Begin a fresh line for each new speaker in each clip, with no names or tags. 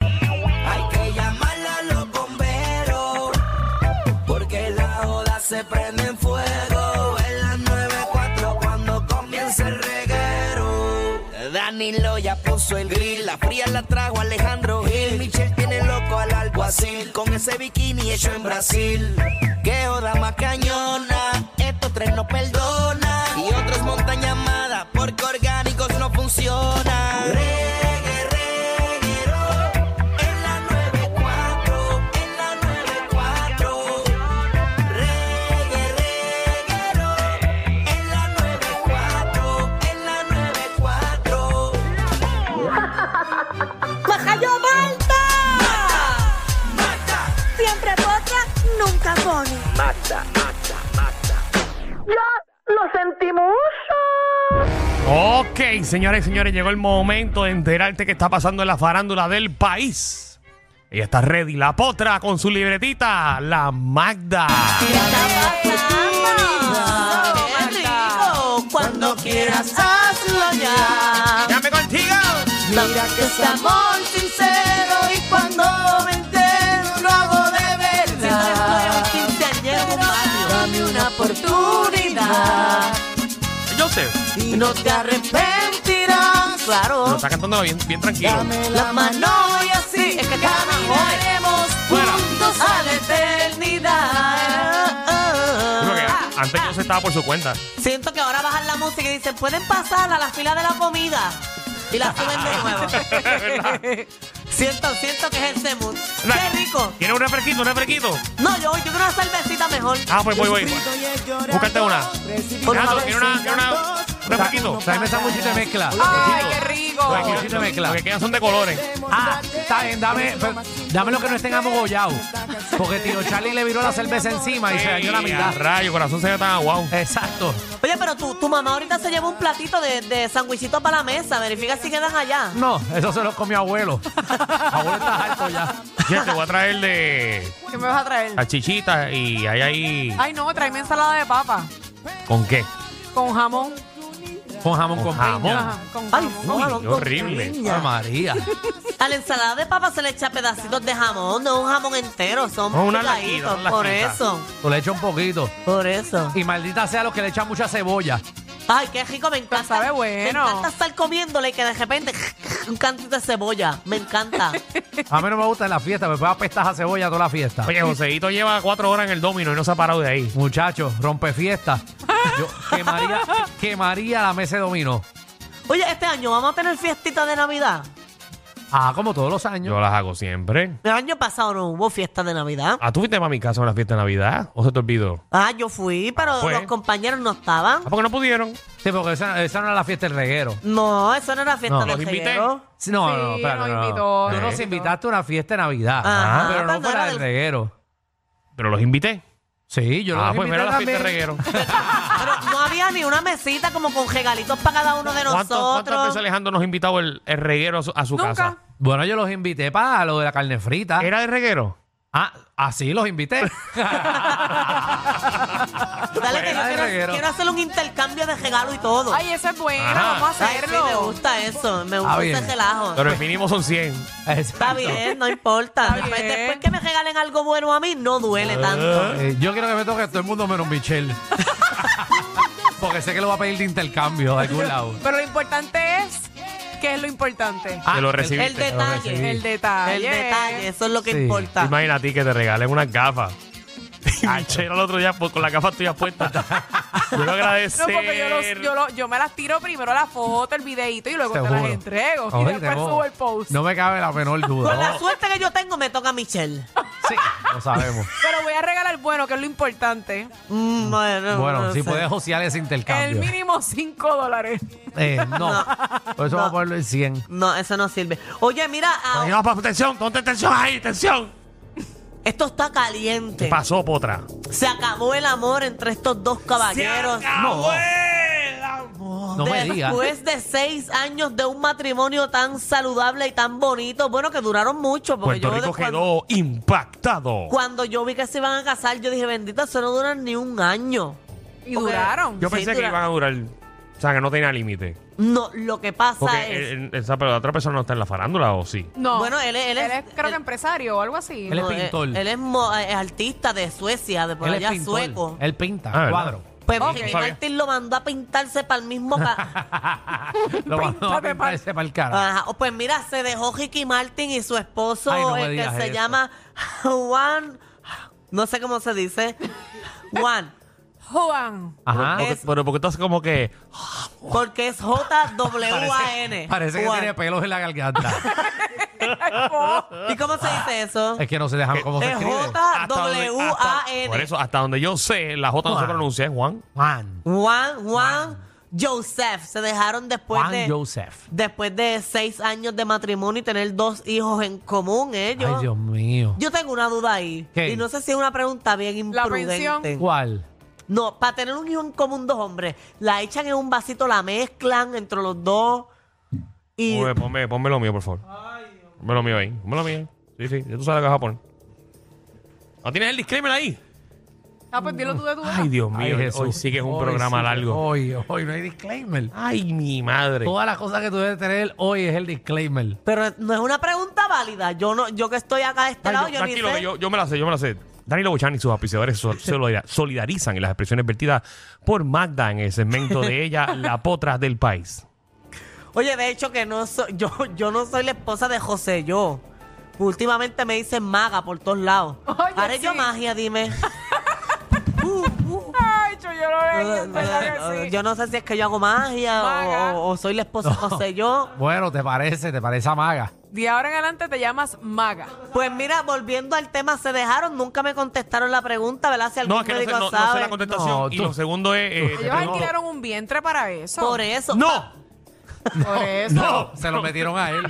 Hay que llamar a los bomberos, porque la oda se prende en fuego. En las 94 cuando comienza el reguero. Danilo ya puso el grill, la fría la trajo Alejandro Gil. Michel tiene loco al alguacil, con ese bikini hecho en Brasil. Qué oda más cañona, estos tres no perdonan. Y otros montan llamadas, porque orgánicos no funcionan. Reggae, reguero. En la 94, en la 94, reggae, reguero. En la 94, en la 94.
¡Majayo Malta!
¡Mata!
Siempre potra, nunca pone.
Ok, señores y señores, llegó el momento de enterarte qué está pasando en la farándula del país. Ella está ready, la potra con su libretita, la Magda.
Cuando quieras hazlo ya.
¡Llame contigo!
Mira que es amor sincero y cuando me entero lo hago de verdad. Dame una oportunidad
Yo sé.
y no te arrepentirás.
Lo
Claro.
está cantando bien, bien tranquilo.
Dame la mano y así caminaremos
Fuera.
juntos a la eternidad.
Creo que antes yo se estaba por su cuenta.
Siento que ahora bajan la música y dicen, pueden pasar a la fila de la comida. Y la suben de nuevo. siento, siento que es ese mood. Qué rico.
¿Quieres un refresquito, un refresquito?
No, yo, yo quiero una cervecita mejor.
Ah, pues voy, voy. Búscate una.
Por
Renato,
favor.
¿quieres una, quieres una, un refresquito?
Tráeme sanguchito de mezcla.
Ay, qué rico.
Lo que quieran-
Sanguchito de mezcla.
Lo que quedan son de colores.
Ah, está bien, dame, pero dame lo que no estén amogollados. Porque Tiro Charlie le viró la cerveza encima y se dañó la
Ey,
mitad.
a Rayo, corazón se ve tan aguado.
Exacto.
Oye, pero tu, tu mamá ahorita se lleva un platito de, de sandwichito para la mesa. Verifica si quedan allá.
No, eso se lo comió abuelo. abuelo está alto ya.
Oye, te voy a traer de
¿Qué me vas a traer?
salchichitas y hay ahí.
Ay, no, tráeme ensalada de papa
¿Con qué?
con jamón.
Con jamón,
Con
con,
jamón.
piña.
Ajá, con
Ay,
Uy,
jamón.
no,
qué horrible.
Ay, María.
A la ensalada de papa se le echa pedacitos de jamón, no un jamón entero, son
No, Oh, una
picaditos.
laquita, una
por
laquita.
eso,
Tú le echas un poquito.
por eso.
Y maldita sea los que le echan mucha cebolla.
Ay, qué rico, me encanta.
sabe bueno.
Me encanta estar comiéndole y que de repente un cantito de cebolla. Me encanta.
A mí no me gusta en la fiesta, me puede apestar a cebolla toda la fiesta.
Oye, Joseito lleva cuatro horas en el domino y no se ha parado de ahí.
Muchachos, rompe fiesta. Yo quemaría, quemaría la mesa de dominó.
Oye, este año vamos a tener fiestita de Navidad.
Ah, como todos los años.
Yo las hago siempre.
El año pasado no hubo fiesta de Navidad.
¿Ah, tú fuiste para mi casa a una fiesta de Navidad? ¿O se te olvidó?
Ah, yo fui, pero
Ah, fue.
los compañeros no estaban.
¿Ah, porque no pudieron?
Sí, porque esa, esa no era la fiesta del reguero.
No, eso no era fiesta de
No.
Los invité.
Sí, No,
Sí,
no, espérate,
nos
no,
invitó,
Tú
nos
nos
invitó.
invitaste a una fiesta de Navidad, Ah,
Ajá,
pero no
cuando
fuera
era
del
del-
reguero.
Pero los invité.
Sí, yo
ah,
los
pues
invité
mira la fiesta de
también.
reguero.
Pero no había ni una mesita como con regalitos para cada uno de
¿Cuántos- ¿Cuántas veces
nosotros.
Alejandro nos ha invitado el, el reguero a su, a su
Nunca.
casa?
Bueno, yo los invité para lo de la carne frita.
¿Era de reguero?
Ah, así los invité.
Dale que yo
Fuera de
quiero,
reguero.
quiero hacer un intercambio de regalo y todo.
Ay, esa es buena,
Ajá.
vamos a
Ay, sí, me
hacerlo.
gusta eso. Me gusta
Ah,
ese
bien.
relajo.
Pero el mínimo son 100.
Está bien, no importa.
Está
Después,
bien.
después que me regalen algo bueno a mí, no duele tanto.
Eh, yo quiero que me toque todo el mundo menos Michelle. Porque sé que lo va a pedir de intercambio de algún lado.
Pero lo importante es, ¿qué es lo importante?
Ah,
que lo
el-
recibiste.
El detalle.
El detalle.
El detalle, eso es lo que
Sí.
importa.
Imagina a ti que te regalen unas gafas. Y Michelle al otro día pues, con las gafas tuyas puestas. Yo lo
No,
agradecer.
porque yo, los- yo, lo- yo me las tiro primero la foto, el videito y luego te las
Seguro.
entrego.
Oye,
y después
tengo-
subo el post.
No me cabe la menor
Con
duda. Oh,
la suerte que yo tengo, me toca a Michelle.
Sí, lo sabemos.
Pero voy a regalar bueno, que es lo importante.
Mm, bueno,
Bueno,
no
si
sé.
puedes josear ese
El
intercambio.
mínimo 5 dólares.
Eh, no. Por eso vamos a ponerlo en 100.
No, eso no sirve. Oye, mira, ah,
Ahí, papá, atención, ponte atención ahí, atención.
esto está caliente.
¿Qué pasó, Potra?
Se acabó el amor entre estos dos caballeros.
Se acabó
No.
el amor.
No me digas.
Después de seis años de un matrimonio tan saludable y tan bonito, bueno, que duraron mucho. Porque
Puerto
yo
Rico
de- cuando-
quedó impactado.
Cuando yo vi que se iban a casar, yo dije, bendito, eso no dura ni un año.
Y
Ok.
duraron.
Yo
Sí,
pensé que
dura-
iban a durar. O sea, que no tenía límite.
No, lo que pasa
Porque
es...
el- el- esa, pero la otra persona no está en la farándula, ¿o sí?
No.
Bueno, él es- él es-
creo
él-
que empresario o algo así.
Él es
no,
pintor.
Él, él es, mo- eh, artista de Suecia, de por
Él
allá
es pintor. Eh,
sueco.
Él pinta
Ah, ¿verdad?
cuadro.
Pues
Ok.
Ricky
No sabía.
Martin lo mandó a pintarse para el mismo... ca-
Lo mandó a
Píntate
pintar
pa-
ese para el cara.
Ajá. Oh, Pues mira, se dejó Ricky Martin y su esposo,
Ay, no me
el que
digas
se
eso.
llama Juan... No sé cómo se dice. Juan.
Juan.
Ajá.
Porque- Pero porque entonces como que...
Porque es J-W-A-N.
Parece que
Juan.
tiene pelos en la garganta.
Ah,
¿Y cómo se dice eso?
es que no se deja cómo se
Es
escribe.
J- Ah,
hasta donde-
W,
hasta-
A, E N.
Por eso, hasta donde yo sé, la J no se
Juan.
pronuncia, es Juan.
Juan.
Juan, Juan, Joseph. Se dejaron después
Juan
Pues de.
Joseph.
Después de seis años de matrimonio y tener dos hijos en común, ellos.
Ay, Dios mío.
Yo tengo una duda ahí.
¿Qué?
Y no sé si es una pregunta bien
La
imprudente.
pensión.
¿Cuál?
No, para tener un hijo en común, dos hombres, la echan en un vasito, la mezclan entre los dos. Y.
Ponme, ponme, ponme lo mío, por favor. Ponme lo mío ahí. Ponme lo mío. Sí, sí. Ya tú sabes lo que vas a poner. ¿No tienes el disclaimer ahí?
Ah, pues dilo tú de tu boca.
Ay, Dios mío.
Ay,
hoy-
Jesús.
hoy sí que es un
Hoy
programa
sí,
largo.
Hoy, hoy no hay disclaimer.
Ay, mi madre.
Todas las cosas que tú debes tener hoy es el disclaimer.
Pero no es una pregunta válida. Yo no, yo que estoy acá de este
Ay,
lado,
yo-
yo ni
tranquilo,
sé.
que yo, yo me la sé, yo me la sé. Danilo Bochani y sus auspiciadores sol- se lo- solidarizan en las expresiones vertidas por Magda en el segmento de ella, La Potra del País.
Oye, de hecho que no soy, yo, yo no soy la esposa de José, yo. Últimamente me dicen maga por todos lados.
Oye,
Haré yo
sí.
magia, dime. Uh, uh,
Ay, yo lloré.
uh,
es
pues,
verdad que sí.
yo no sé si es que yo hago magia o-
Maga.
o, o soy la esposa de José, yo.
Bueno, ¿te parece? ¿Te parece a Maga?
De ahora en adelante te llamas Maga.
Pues mira, volviendo al tema, se dejaron, nunca me contestaron la pregunta, ¿verdad? Si algún
No, es que no sé,
médico
no- no sé
sabe.
la contestación.
No,
y
tú-
lo segundo es... eh, te
Ellos
tengo-
alquilaron un vientre para eso.
Por eso.
¡No!
Por eso.
No, se lo metieron a él.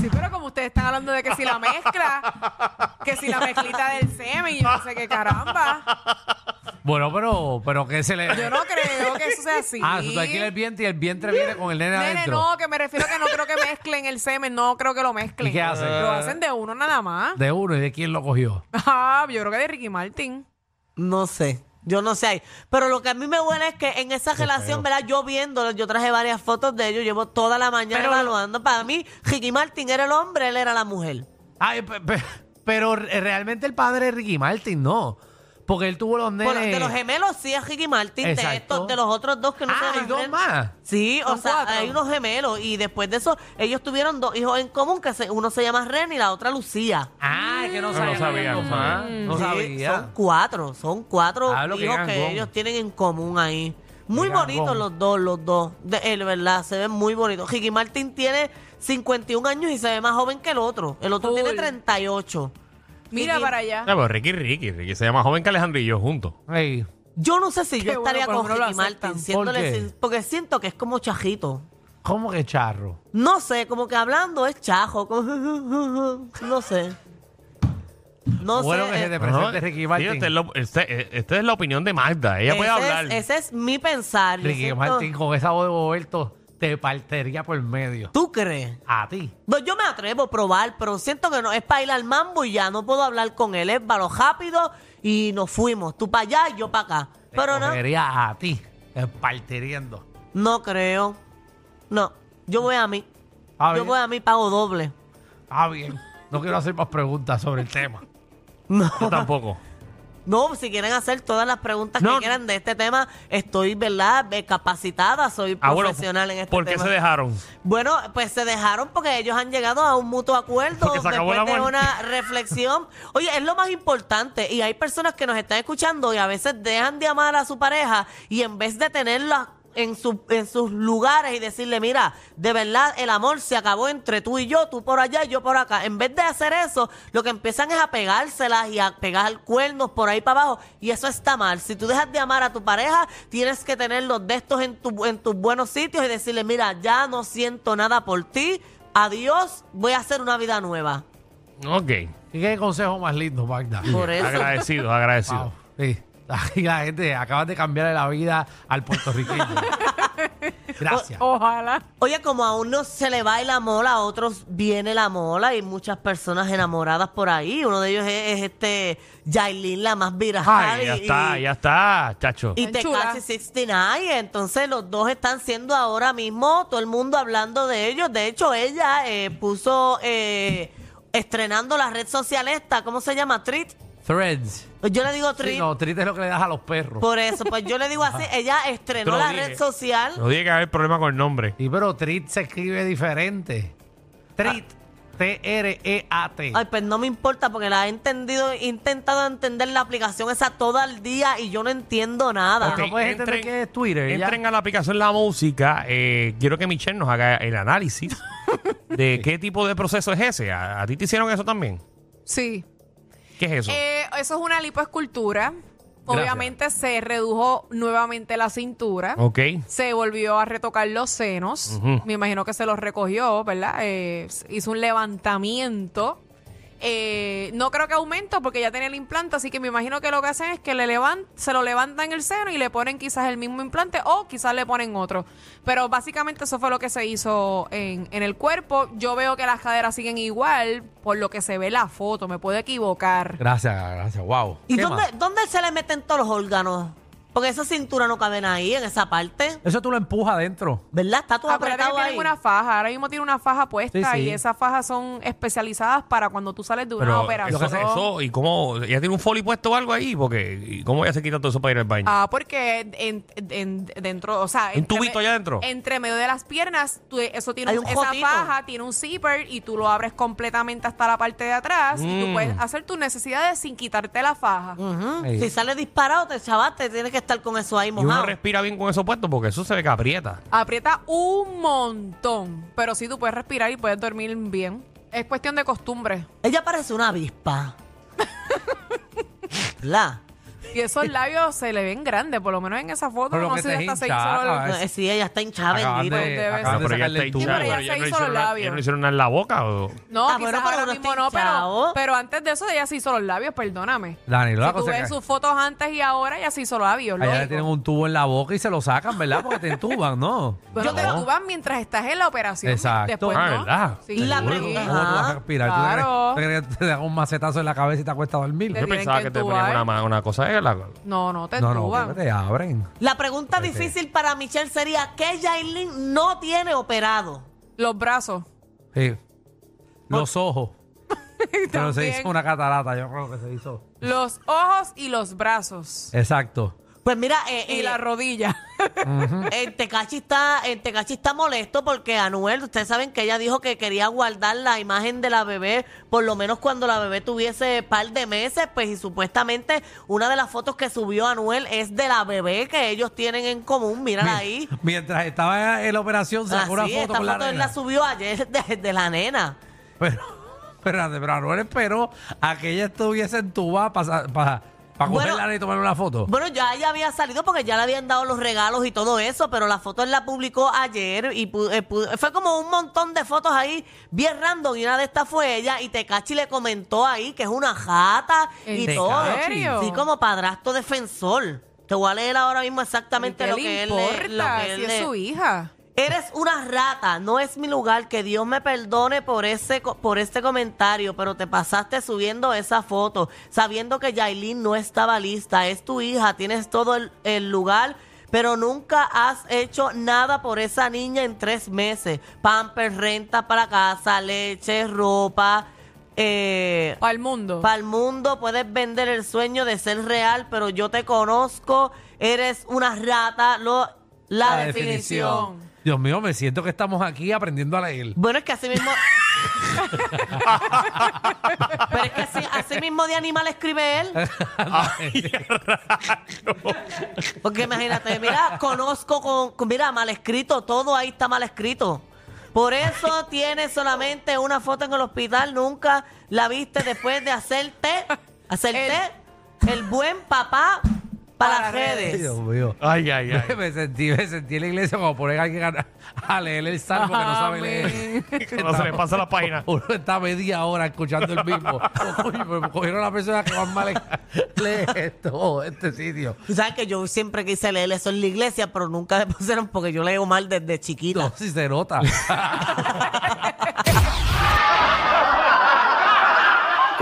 Sí, pero como ustedes están hablando de que si la mezcla, que si la mezclita del semen, y yo no sé qué caramba.
Bueno, pero, pero que se le.
Yo no creo que eso sea así.
Ah, tú te alquilas el vientre y el vientre viene con el nene
Nene,
adentro.
no, que me refiero a que no creo que mezclen el semen, no creo que lo mezclen.
¿Y qué hacen?
Lo hacen de uno nada más.
De uno y de quién lo cogió.
Ah, yo creo que de Ricky Martin.
No sé. Yo no sé ahí. Pero lo que a mí me huele es que en esa relación, ¿verdad? Yo viéndolo, yo traje varias fotos de ellos, llevo toda la mañana
Pero-
evaluando. Para mí, Ricky Martin era el hombre, él era la mujer.
Ay, pe- pe- pero re- realmente el padre de Ricky Martin no. Porque él tuvo los nenes.
Bueno, de los gemelos sí es Ricky Martin, de
Exacto.
estos, de los otros dos que no
Ah,
se
hay dos
refieren.
más.
Sí, o
Son
sea,
cuatro.
hay unos gemelos y después de eso, ellos tuvieron dos hijos en común, que se- uno se llama Ren y la otra Lucía.
Ah, es que no
No
sabía.
sabía,
No
ajá.
sabía. No
Sí,
sabía.
Son cuatro, son cuatro
Hablo que
hijos que,
gangón.
ellos tienen en común ahí. Muy
Qué
bonitos
gangón.
los dos, los dos. De él, ¿verdad? Se ven muy bonitos. Ricky Martin tiene 51 años y se ve más joven que el otro. El otro tiene
Full.
38.
Mira
Ricky-
para allá.
No, pero Ricky, Ricky, Ricky se llama joven que Alejandro y yo juntos.
Ey,
Yo no sé si yo
Qué bueno,
estaría
por lo
con
menos lo
Ricky
aceptan.
Martin,
¿Por
siéndole
qué?
sin- porque siento que es como chajito.
¿Cómo que charro?
No sé, como que hablando es chajo. como- no sé. No
bueno
sé.
que se
eh,
te presente
Ajá.
Ricky
Sí,
Martin.
Esta es, lo- este- eh, esta es la opinión de Magda. Ella puede
ese es-
hablar.
ese es mi pensar. Yo
Ricky
siento-
Martin con esa voz de Boberto te partiría por medio.
¿Tú crees?
A ti.
No, yo me atrevo a probar, pero siento que no es para ir al mambo y ya no puedo hablar con él. Es para lo rápido y nos fuimos. Tú para allá y yo para acá.
Te
Pero no,
cogería a ti. Te partiriendo.
no creo. No, yo voy a mí.
Ah,
yo
bien.
voy a mí, pago doble.
Ah, bien. No quiero hacer más preguntas sobre el tema.
No,
Yo tampoco.
no, si quieren hacer todas las preguntas
No.
que quieran de este tema, estoy, ¿verdad? Eh, Capacitada, soy
Ah, bueno,
profesional en este
¿Por qué
tema.
se dejaron?
Bueno, pues se dejaron porque ellos han llegado a un mutuo acuerdo
Porque se acabó
después
el
de
amor.
una reflexión. Oye, es lo más importante y hay personas que nos están escuchando y a veces dejan de amar a su pareja y en vez de tenerla en, su- en sus lugares y decirle, mira, de verdad el amor se acabó entre tú y yo, tú por allá y yo por acá. En vez de hacer eso, lo que empiezan es a pegárselas y a pegar cuernos por ahí para abajo y eso está mal. Si tú dejas de amar a tu pareja, tienes que tener los de estos en, tu- en tus buenos sitios y decirle, mira, ya no siento nada por ti, adiós, voy a hacer una vida nueva.
Ok.
¿Y qué consejo más lindo, Magda?
Por eso.
Agradecido, agradecido.
Wow, sí. Aquí la gente acabas de cambiarle la vida al puertorriqueño. Gracias.
Oh, Ojalá.
Oye, como a unos se le va la mola, a otros viene la mola. Hay muchas personas enamoradas por ahí. Uno de ellos es, es este Yailin, la más viral.
Ay,
y-
ya
y-
está, ya está, chacho.
Y
Tan chula.
Tekashi 69. Entonces los dos están siendo ahora mismo todo el mundo hablando de ellos. De hecho, ella eh, puso eh, estrenando la red social esta, ¿cómo se llama? Treat.
oh.
Threads.
Yo le digo
Sí,
Treat.
no, triste es lo que le das a los perros.
Por eso, pues yo le digo así. Ella
Ah. Te
estrenó
lo
la
dije.
red social.
No tiene que haber problema con el nombre.
Sí, pero Trit se escribe diferente. Trit.
Ah.
E T-R-E-A-T.
Ay, pues no me importa porque la he entendido, he intentado entender la aplicación esa todo el día y yo no entiendo nada.
Ok. no puedes entender que es Twitter, ya.
Entren a la aplicación La Música. eh, quiero que Michelle nos haga el análisis de qué tipo de proceso es ese. ¿A, a ti te hicieron eso también?
Sí.
¿Qué es eso?
Eh, eso es una lipoescultura. Obviamente se redujo nuevamente la cintura.
ok.
Se volvió a retocar los senos.
Ujú.
Me imagino que se los recogió, ¿verdad? Eh, s- hizo un levantamiento. Eh, no creo que aumentó porque ya tenía el implante, así que me imagino que lo que hacen es que le levan- se lo levantan el seno y le ponen quizás el mismo implante o quizás le ponen otro. Pero básicamente eso fue lo que se hizo en, en el cuerpo. Yo veo que las caderas siguen igual por lo que se ve en la foto, me puedo equivocar.
Gracias, gracias. Wow.
¿Y
¿Qué
dónde,
más?
dónde se le meten todos los órganos? Porque esa cintura no caben ahí, en esa parte.
Eso tú lo empujas adentro.
¿Verdad? Está todo
Acuérdate
apretado
Ah, que
ahí.
tienen una faja, ahora mismo tiene una faja puesta
Sí, sí.
y esas fajas son especializadas para cuando tú sales de una
Pero
operación.
eso, eso, ¿y cómo? ¿Ella tiene un foli puesto o algo ahí? Porque, ¿y ¿cómo ella se quita todo eso para ir al baño?
Ah, porque en, en- dentro, o sea,
¿Un
entre
tubito
me-
allá adentro?
Entre medio de las piernas, tú- eso tiene
Hay
un-
un
esa
jotito.
faja, tiene un zipper y tú lo abres completamente hasta la parte de atrás y tú
Mm.
puedes hacer tus necesidades sin quitarte la faja.
Ujú.
Ahí.
Si sale disparado, te chavaste, tienes que estar con eso ahí
y uno
mojado.
respira bien con eso puesto porque eso se ve que aprieta.
Aprieta un montón, pero sí tú puedes respirar y puedes dormir bien. Es cuestión de costumbre.
Ella parece una avispa. ¿Verdad?
Y esos labios se le ven grandes, por lo menos en esa foto.
Pero lo
no
que
sé
te
si hasta se
hincha,
hizo el-
ah,
No, eh, sí, ella está hinchada,
Acaban
bendito.
Ah, Debe
de,
ser.
acaban de
No,
pero ya
sacarle
está
el tubo.
hinchada,
Sí, pero
pero
ya
ya
se
no
hizo
hicieron
los
nada-
labios.
ya no hicieron nada en la boca. o-
No,
Ah, bueno,
quizás
pero
ahora
uno
mismo
está
no, pero,
hinchado.
pero antes de eso ella se hizo los labios, perdóname.
Danilo, la
si tú
cosa
ves
que-
sus fotos antes y ahora, ella se hizo los labios.
Allá le
lógico.
tienen un tubo en la boca y se lo sacan, ¿verdad? Porque te entuban, ¿no?
Bueno,
Yo
te
creo-
lo tuban mientras estás en la operación.
Exacto.
Después,
Ah,
Pues ¿no?
¿verdad?
Sí.
La
Seguro,
pregunta-
¿cómo tú vas a respirar? ¿Tú te crees-
Claro.
¿Tú te crees, que te dan un macetazo en la cabeza y te acuestas a dormir?
Te
Yo
tienen
pensaba
que
que te
entubar.
ponían una, ma- una cosa de la...
No, no, te
No, no,
tuban.
pero te abren.
La pregunta difícil para Michelle sería: ¿qué Jailin no tiene operado?
Los brazos.
Sí. Los ojos. Pero se
También.
hizo una catarata, yo creo que se hizo.
Los ojos y los brazos.
Exacto.
Pues mira, eh,
Y
eh,
la rodilla.
El eh, Tecachi está, el Tecachi está molesto porque Anuel, ustedes saben que ella dijo que quería guardar la imagen de la bebé, por lo menos cuando la bebé tuviese par de meses, pues y supuestamente una de las fotos que subió Anuel es de la bebé que ellos tienen en común, mírala ahí.
Mientras estaba en la operación,
Así,
sacó una foto
esta
con la
foto él
nena.
la subió ayer de, de la nena.
Pero, pero, pero Anuel esperó a que ella estuviese en tuba para pa, pa
Bueno,
coger la nena y tomar una foto.
Bueno, ya ella había salido porque ya le habían dado los regalos y todo eso, pero la foto él la publicó ayer y pu- eh, pu- fue como un montón de fotos ahí, bien random, y una de estas fue ella, y Tecachi le comentó ahí que es una jata y
¿En
todo.
serio?
Sí, como padrastro defensor. Te voy a leer ahora mismo exactamente
¿Qué
lo
le
que él le-
importa
lo que él
si es
le-
su hija?
Eres una rata, no es mi lugar, que Dios me perdone por ese co- por este comentario, pero te pasaste subiendo esa foto, sabiendo que Yailin no estaba lista, es tu hija, tienes todo el, el lugar, pero nunca has hecho nada por esa niña en tres meses. Pampers, renta para casa, leche, ropa, eh,
Para el mundo.
para el mundo puedes vender el sueño de ser real, pero yo te conozco, eres una rata, lo, la,
La
Ah,
definición.
definición. Dios mío, me siento que estamos aquí aprendiendo a leer.
Bueno, es que así mismo. Pero es que así, así mismo de animal escribe él.
Ay, rayo.
Porque imagínate, mira, conozco con, con- Mira, mal escrito, todo ahí está mal escrito. Por eso tiene solamente una foto en el hospital, nunca la viste después de hacerte, hacerte el, buen papá para,
Para
las redes.
redes.
Dios mío.
Ay, ay, ay.
Me sentí, me sentí en la iglesia como poner a alguien a, a leer el salmo que no sabe leer.
Amén.
Cuando se le pasa la página.
Uno está media hora escuchando el mismo. Uy, me cogieron a la persona que más mal lee todo este sitio.
Tú sabes que yo siempre quise leer eso en la iglesia, pero nunca me pusieron porque yo leo mal desde chiquita.
No, si se nota.